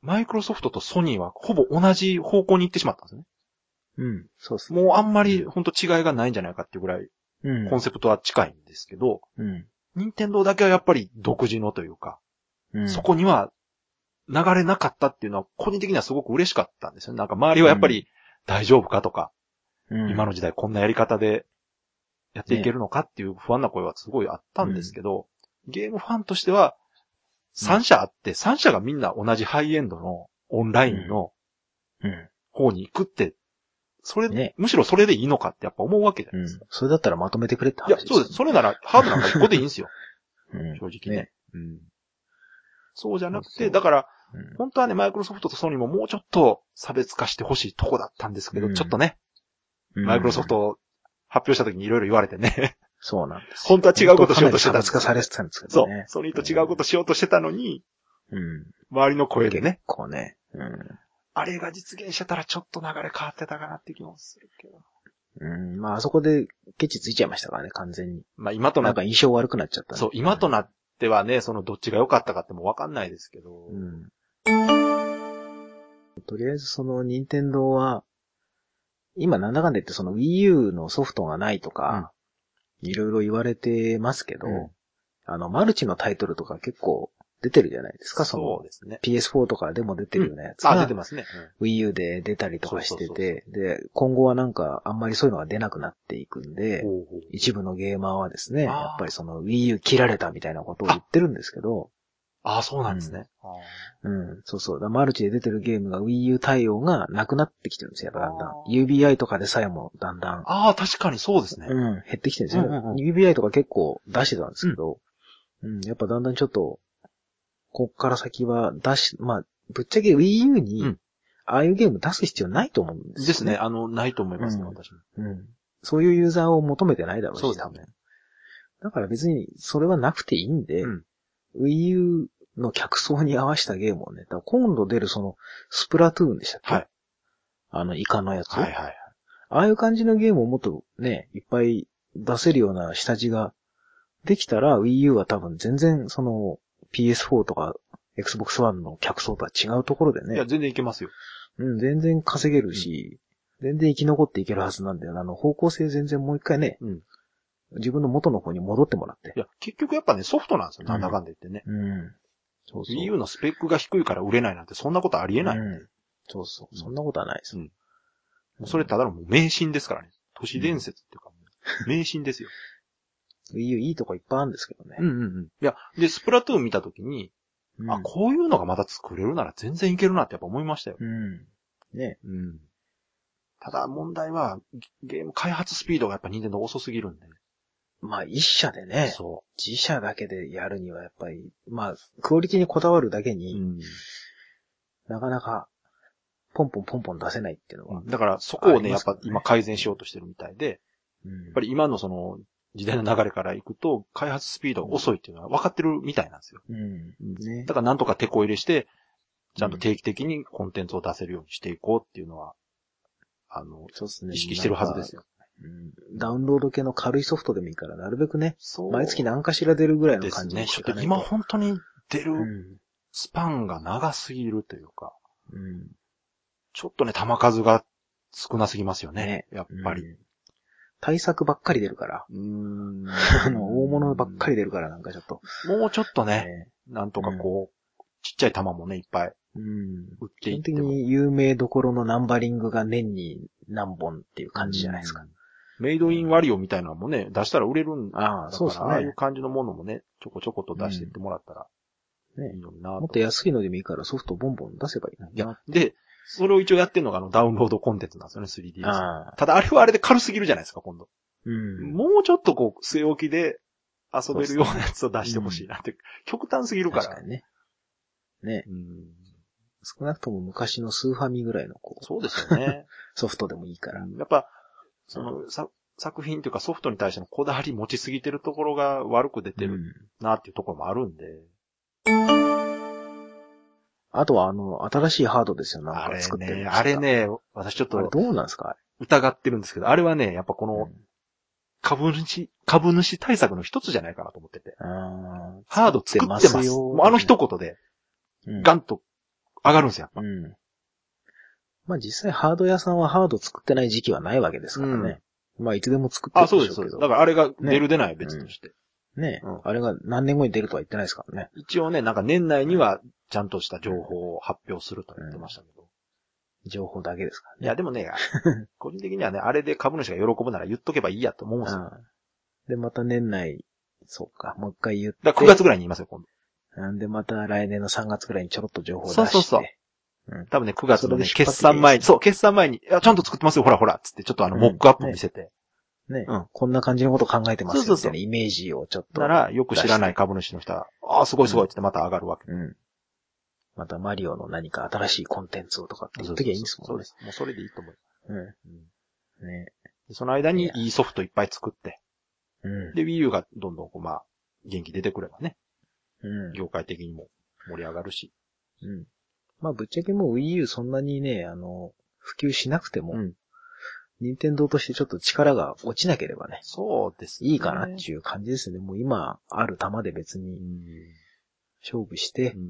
マイクロソフトとソニーはほぼ同じ方向に行ってしまったんですね。
うん。そうですね。
もうあんまり本当違いがないんじゃないかっていうぐらい、
うん
コンセプトは近いんですけど、
うん。
任天堂だけはやっぱり独自のというか、
うん。
そこには流れなかったっていうのは、個人的にはすごく嬉しかったんですよね。なんか周りはやっぱり大丈夫かとか、
うん、
今の時代こんなやり方でやっていけるのかっていう不安な声はすごいあったんですけど、ゲームファンとしては、3社あって、3社がみんな同じハイエンドのオンラインの
うん。
方に行くって、それ、
ね
むしろそれでいいのかってやっぱ思うわけじゃな
う
い
ん
ですか。。
それだったらまとめてくれって
いや
話、
そうです。それならハードなんか1個でいいんです よ、
うん。
正直ね。
ね
うんそうじゃなく
そうそ
て、
う
だから、
うん
本当はね、マイクロソフトとソニーももうちょっと差別化してほしいとこだったんですけど、
うん
ちょっとね、
うん
マイクロソフ。ト発表した時にいろいろ言われてね、
そうなんです。
本当は違うことしようとしてた
本
んです
当はかなり差別化されてたんですけ
そ
ど
う
ね、。
ソニーと違うことしようとしてたのに、
う。うん。
周りの声で
結
ね、
構ね。うん。
あれが実現してたらちょっと流れ変わってたかなって気もするけど。
うん、まあ、あそこでケチついちゃいましたからね、完全に。
まあ今とな
なん
っ
か印象悪くなっちゃった、
そう、今となってはね、そのどっちが良かったかってもわかんないですけど、
うん。とりあえずその、任天堂は、今なんだかんだ言ってその Wii U のソフトがないとか、いろいろ言われてますけど、
うん
あの、マルチのタイトルとか結構出てるじゃないですか、そ
そう
の
ですね。
PS4 とかでも出てるようなやつ
あ、出
が
て、ますね。
Wii U で出たりとかして
そうそうそう
て、で、今後はなんかあんまりそういうのが出なくなっていくんで、
ほうほう
一部のゲーマーはですね、
あー
やっぱりその Wii U 切られたみたいなことを言ってるんですけど、
ああ、そうなんですね。
うん、そうそう。だからマルチで出てるゲームが Wii U 対応がなくなってきてるんですよ、やっぱだんだん。
あ
UBI とかでさえもだんだん、
ああ、確かにそうですね。
うん、減ってきてるんですよ、
うんうんうん
UBI とか結構出してたんですけど、うん、やっぱだんだんちょっと、こっから先は出し、まあ、ぶっちゃけ Wii U
う
に
ん、
ああいうゲーム出す必要ないと思うんですよ、
ですね。。あの、ないと思いますね、
うん
私も。
うん。そういうユーザーを求めてないだろうし、
そうです
多
ね
分。だから別に、それはなくていいんで、
うん
Wii U の客層に合わせたゲームをね、だから今度出るその、スプラトゥーンでしたっけ
はい
あの、イカのやつ。
はいはい。
ああいう感じのゲームをもっとね、いっぱい出せるような下地ができたら Wii U は多分全然その PS4 とか Xbox One の客層とは違うところで
いや、
ね、
全然いけますよ。
うん、全然稼げるし、全然生き残っていけるはずなんだよな。あの方向性全然もう一回ね、
うん
自分の元の方に戻ってもらって
い。や、結局やっぱね、ソフトなんですよ。なんだかんだ言ってね。
うん。そうそう。
Wii U のスペックが低いから売れないなんて、そんなことありえない。
うんそうそう。そんなことはないです。
うんそれただのもう迷信ですからね。都市伝説っていうか、もう迷 信ですよ。
Wii U いいとこいっぱいあるんですけどね。
うんうんうん。いや、で、スプラトゥーン見たときに、
うん
あ、こういうのがまた作れるなら全然いけるなってやっぱ思いましたよ。
うん。ね。
うん。ただ問題は、ゲゲーム開発スピードがやっぱ任天堂遅すぎるんで。
まあ、一社でね。
そ
自社だけでやるにはやっぱり、まあ、クオリティにこだわるだけ
う。
に、
ん。
なかなか、ポンポンポンポン出せないっていうのは。
だからそこを
ありま
ね、やっ
すから
ぱ
ね
今改善しようとしてるみたいで、や
うん
っぱり今のその時代の流れからいくと、開発スピードが遅いっていうのは分かってるみたいなんですよ。
うん。ね
だ。からなんとか手こ入れして、ちゃんと定期的にコンテンツを出せるようにしていこうっていうのは、あの、
そうですね。
意識してるはずですよ。
なんか。うんダウンロード系の軽いソフトでもいいから、なるべくね、
そう
毎月何かしら出るぐらいの
です
感じ
ね。
に
ち
し
ょ
と
っ
か
と
ない
今
と。
本当に出
う
る
ん。
スパンが長すぎるというか、
うん。
ちょっとね、球数が少なすぎますよね。やっぱり。
うん。対策ばっかり出るから。
うーん。
あの、 大物ばっかり出るから、なんかちょっと。
もうちょっとね、
ね
なんとかこう、ちっちゃい球もね、いっぱい
うん。
売っ
基
ていっ
本
て
的
も。
に有名どころのナンバリングが年に何本っていう感じじゃないですか
う。ん。メイドインワリオみたいなのもね、出したら売れるんだか
ああ、
ら、
そうですね。
ああいう感じのものもね、ちょこちょこと出していってもらったら、
うんね
いいのにな
もっと安いのでもいいからソフトボンボン出せばいいのに
い
な。
や、で、それを一応やってるのがあのダウンロードコンテンツなんですよね、3DS。
ああ、
ただあれはあれで軽すぎるじゃないですか、今度。
うん。
もうちょっとこう、据え置きで遊べるようなやつを出してほしいなって、極端すぎるか
確
ら
か。にね。ね、
うん
少なくとも昔のスーファミぐらいのこう
そうです よね。
ソフトでもいいから。
やっぱ、その、さ作品というかソフトに対してのこだわり持ちすぎてるところが悪く出て
う
る
ん
なっていうところもあるんで。
あとはあの、新しいハードですよ、なん
あ
か
れ
作ってる
ね、
の
あれ。ね、私ちょっ
あれ
と
どうなんですか
疑ってるんですけど、あれはね、やっぱこ
あれ
の株主、株主対策の一つじゃないかなと思ってて。
あ
ハード作ってます。
作ってますよ
もうあの一言で、
ーうん
ガンと上がるんですよ、やっぱ。
うん。まあ実際ハード屋さんはハード作ってない時期はないわけですからね。まあいつでも作ってる
あ、
でしょ
そう
うけ
で
ど。
す、そうです。だからあれが出る出ないは別として。
ね、
うん
あれが何年後に出るとは言ってないですからね。
一応ね、なんか年内にはちゃんとした情報を発表すると言ってましたけど。
情報だけですからね。
いや、でも ね、個人的にはね、あれで株主が喜ぶなら言っとけばいいやと思うんですよ。
うんで、また年内、そうか、もう一回言って。
だから9月ぐらいに言いますよ、今度。
うんで、また来年の3月ぐらいにちょろっと情報を出して。
そうそうそう多分ね、9月のね、
それで引っ張って
決算前に、そう、決算前に、いや、ちゃんと作ってますよ、ほらほら、つって、ちょっとあの、
うん
モックアップ見せて。
ね、
うん
こんな感じのこと考えてますよ
そう
み
そうそ
た
う
いなイメージをちょっと。
なら、よく知らない株主の人は、ああ、すごいすごい、つってまた上がるわけ。
うん。またマリオの何か新しいコンテンツをとかって言っときゃいいんですもんね。
そうです。もうそれでいいと思う。
うん。ね。
でその間
い
に
や
いいソフトいっぱい作って、
うん。
で、Wii U がどんどんこう、まあ、元気出てくればね、
うん。
業界的にも盛り上がるし。
うん。まあ、ぶっちゃけもう Wii U そんなにね、あの、普及しなくても、
うん
任天堂としてちょっと力が落ちなければね、
そうですね
いいかなっていう感じですね。もう今ある球で別に勝負して
う、ん。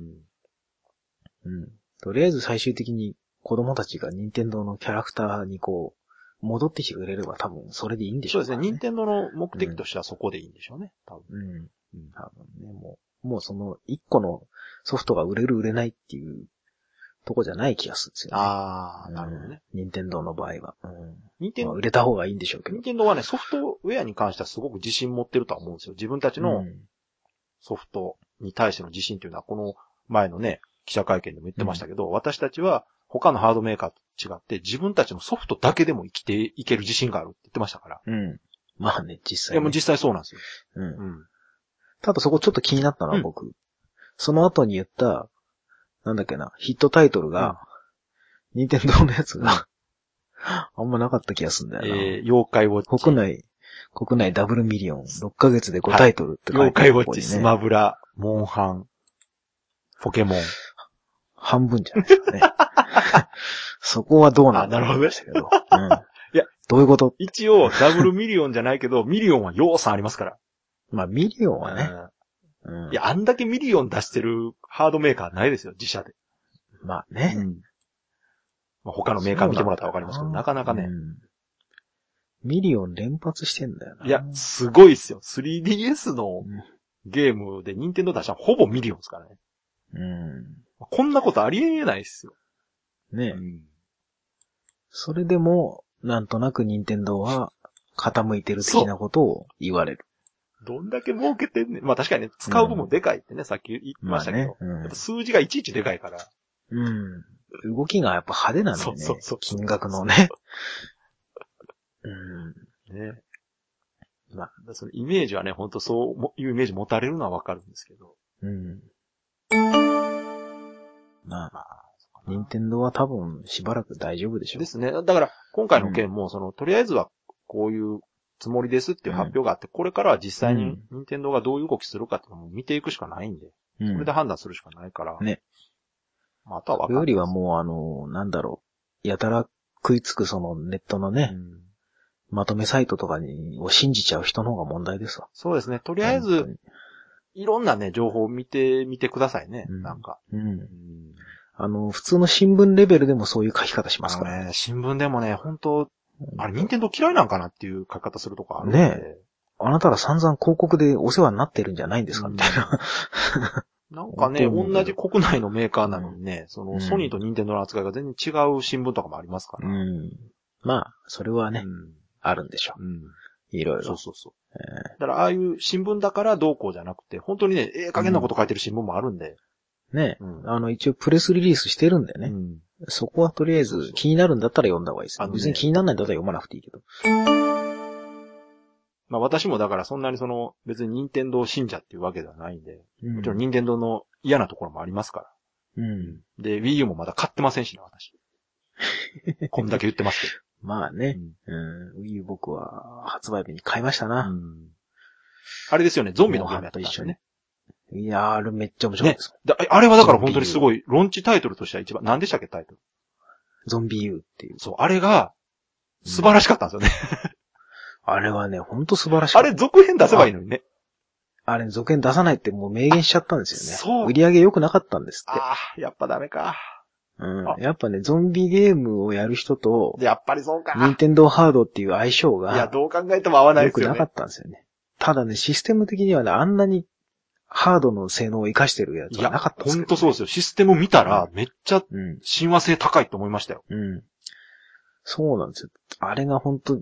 うん。とりあえず最終的に子供たちが任天堂のキャラクターにこう、戻ってきてくれれば多分それでいいんでし
そ
ょ
う
う
ですね。任天堂の目的としてはそこでいいんでしょうね。多分。
うん。
うん
多分ね、もう、もうその一個のソフトが売れる売れないっていうとこじゃない気がするんですよ、ね。
ああ、なるほどね。
うん。任天堂の場合は。うん。
任天
まあ
堂
売、れた方がいいんでしょうけど
任。天堂はね、ソフトウェアに関してはすごく自信持ってるとは思うんですよ。自分たち
う
の
ん
ソフトに対しての自信というのは、この前のね、記者会見でも言ってましたけど、私たちは他のハードメーカーと違って、自分たちのソフトだけでも生きていける自信があるって言ってましたから。
うん。まあね、実
い
際、
や、
ね。
もう実際そうなんですよ。
うん。
うん。
ただそこちょっと気になったのは
うん
僕。その後に言った、なんだっけな、ヒットタイトルが、任天堂のやつ が、あんまなかった気がするんだよな。
えー、妖怪ウォッチ。
国内、国内ダブルミリオン、6ヶ月で5タイトルって書
妖
いてある
怪ウォ
ここ
ッチ、
にね
スマブラ、モンハン、ポケモン。
半分じゃないですかね。 そこはどうなんだろう
あなるほど
で
ね
したけど。うん。
いや、
どういうこと
一応、ダブルミリオンじゃないけど、 ミリオンは要さんありますから。
まあ、ミリオンはね。
う
うんん。
いや、あんだけミリオン出してるハードメーカーないですよ、自社で。
まあね。
まあ、他のメーカー見てもらったらわかりますけど、なかなかね
う。んミリオン連発してんだよな。
いや、すごいっすよ。3DS の
うん
ゲームで、任天堂出したのほぼミリオンですからね。
うん。
こんなことありえないっすよ。
ねそれでも、なんとなく任天堂は傾いてる的なことを言われる。
どんだけ儲けてんねんまあ確かにね、使う部分でかいってね、さっき言いましたけど。
まあ
やっ
ね
ぱ数字がいちいちでかいから。
うん。うん。動きがやっぱ派手なんだよね。
そうそうそう
金額のね。うん。
ね。まあ、そのイメージはね、本当そうもいうイメージ持たれるのはわかるんですけど。
うん。まあ、
まあ、そうかな
任天堂は多分しばらく大丈夫でしょ
ですね。だから、今回の件も、その、とりあえずはこういうつもりですっていう発表があって、これからは実際
う
に
ん
任天堂がどういう動きするかっていうのも見ていくしかないんで、
う。うん。
それで判断するしかないから。
ね。
まあ、あとはわ
そ
か
れ
んな
よ
い
りはもうあの、なんだろう。やたら食いつくそのネットの
う
ね、
ん
まとめサイトとかに、を信じちゃう人の方が問題ですわ。
そうですね。と
と
りあえず、、いろんなね、情報を見てみてくださいね。
うん
なんか。
うん
う。ん
あの、普通の新聞レベルでもそういう書き方しますか
あ
ら。
のね、新聞でもね、本当あれ、任天堂嫌いなんかなっていう書き方するとかあるんで。
ねあなたら散々広告でお世話になってるんじゃないんですかみたいな。
なんかね、
本当
同じ国内のメーカーなのにね、そうの
ん
ソニーと任天堂の扱いが全然違う新聞とかもありますか
う
ら。
ん。まあ、それはね、
う
あるんでしょ
ん。うん。
う。いろい
そ
ろ
う。そうそう。
え
だから、ああいう新聞だからどうこうじゃなくて、本当にね、ええ加減なこと書いてる新聞もあるんで。
ーね
う。ん
あの、一応プレスリリースしてるんで
う
ね。
ん
そこはとりあえ
そうそ
ず
う
気になるんだったら読んだ方がいいです
あ。のね
別に気にならないんだったら読まなくていいけど。
まあ私もだからそんなにその、別に任天堂信者っていうわけではないんで、
も
もちろん任天堂の嫌なところもありますから。
うん。
で、Wii U もまだ買ってませんしね、 私。こんだけ言ってますけど。
まあね。うん。Wii U 僕は発売日に買いました
う
な。
んあれですよね、ゾンビのゲームやったんですよね。
いやー、あれめっちゃ面白いですもん。
だあれはだから本当にすごい、ロンチタイトルとしては一番、何でしたっけタイトル。
ゾンビ U っていう。
そう、あれが、素晴らしかったんですよね。
あれはね、ほんと素晴らしい。
あれ続編出せばいいのにね。
あれ、続編出さないってもう明言しちゃったんですよね。
そう
売り上げ良くなかったんですって。
ああ、やっぱダメか。あ
うん。やっぱね、ゾンビゲームをやる人と、
やっぱりそうか。
任天堂ハードっていう相性
いや、
が
どう考えても合わない
良
です
く
よ
なか
ね。
ったんですよね。ただね、システム的にはね、あんなにハードの性能を活かしてるやつ
い
は
や、
なかったんですけ
ほん
ど、
と
ね。
そうですよ。システム見たら、めっちゃ
うん。
親和性高いと思いましたよ。
うん。そうなんですよ。あれが本当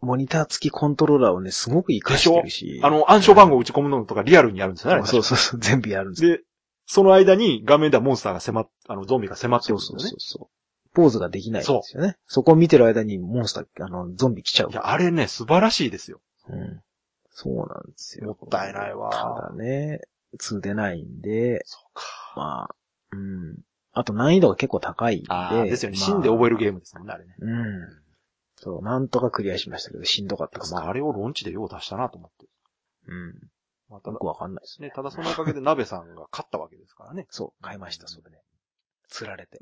モニター付きコントローラーをね、すごく活かしてるし。
あの、暗証番号打ち込むのとかリアルにやるんですよね。あれ
そうそうそう、全部やるんですよ。
で、その間に画面ではモンスターが迫っ、あの、ゾンビが迫って
そ
るん
う
です
そ
よ
う
ね。
そうそう。ポーズができないんですよね。そこを見てる間にモンスター、あの、ゾンビ来ちゃう
い。や、あれね、素晴らしいですよ。
うん。そうなんですよ。
もったいないわ
ただね、2出ないんで、
そうか。
まあ、うん。あと難易度が結構高いん
ああ、
で。
ですよね。
まあ
死んで覚えるゲームですもんね、あれね。
うん。そう、なんとかクリアしましたけど、しんどかったです
まあ、あれをロンチでよう出したなと思って。
うん。
まあ、た
よ
だ
く、わかんないですね。
ね、ただそのおかげで鍋さんが勝ったわけですからね。
そう、買いました、それで。釣られて。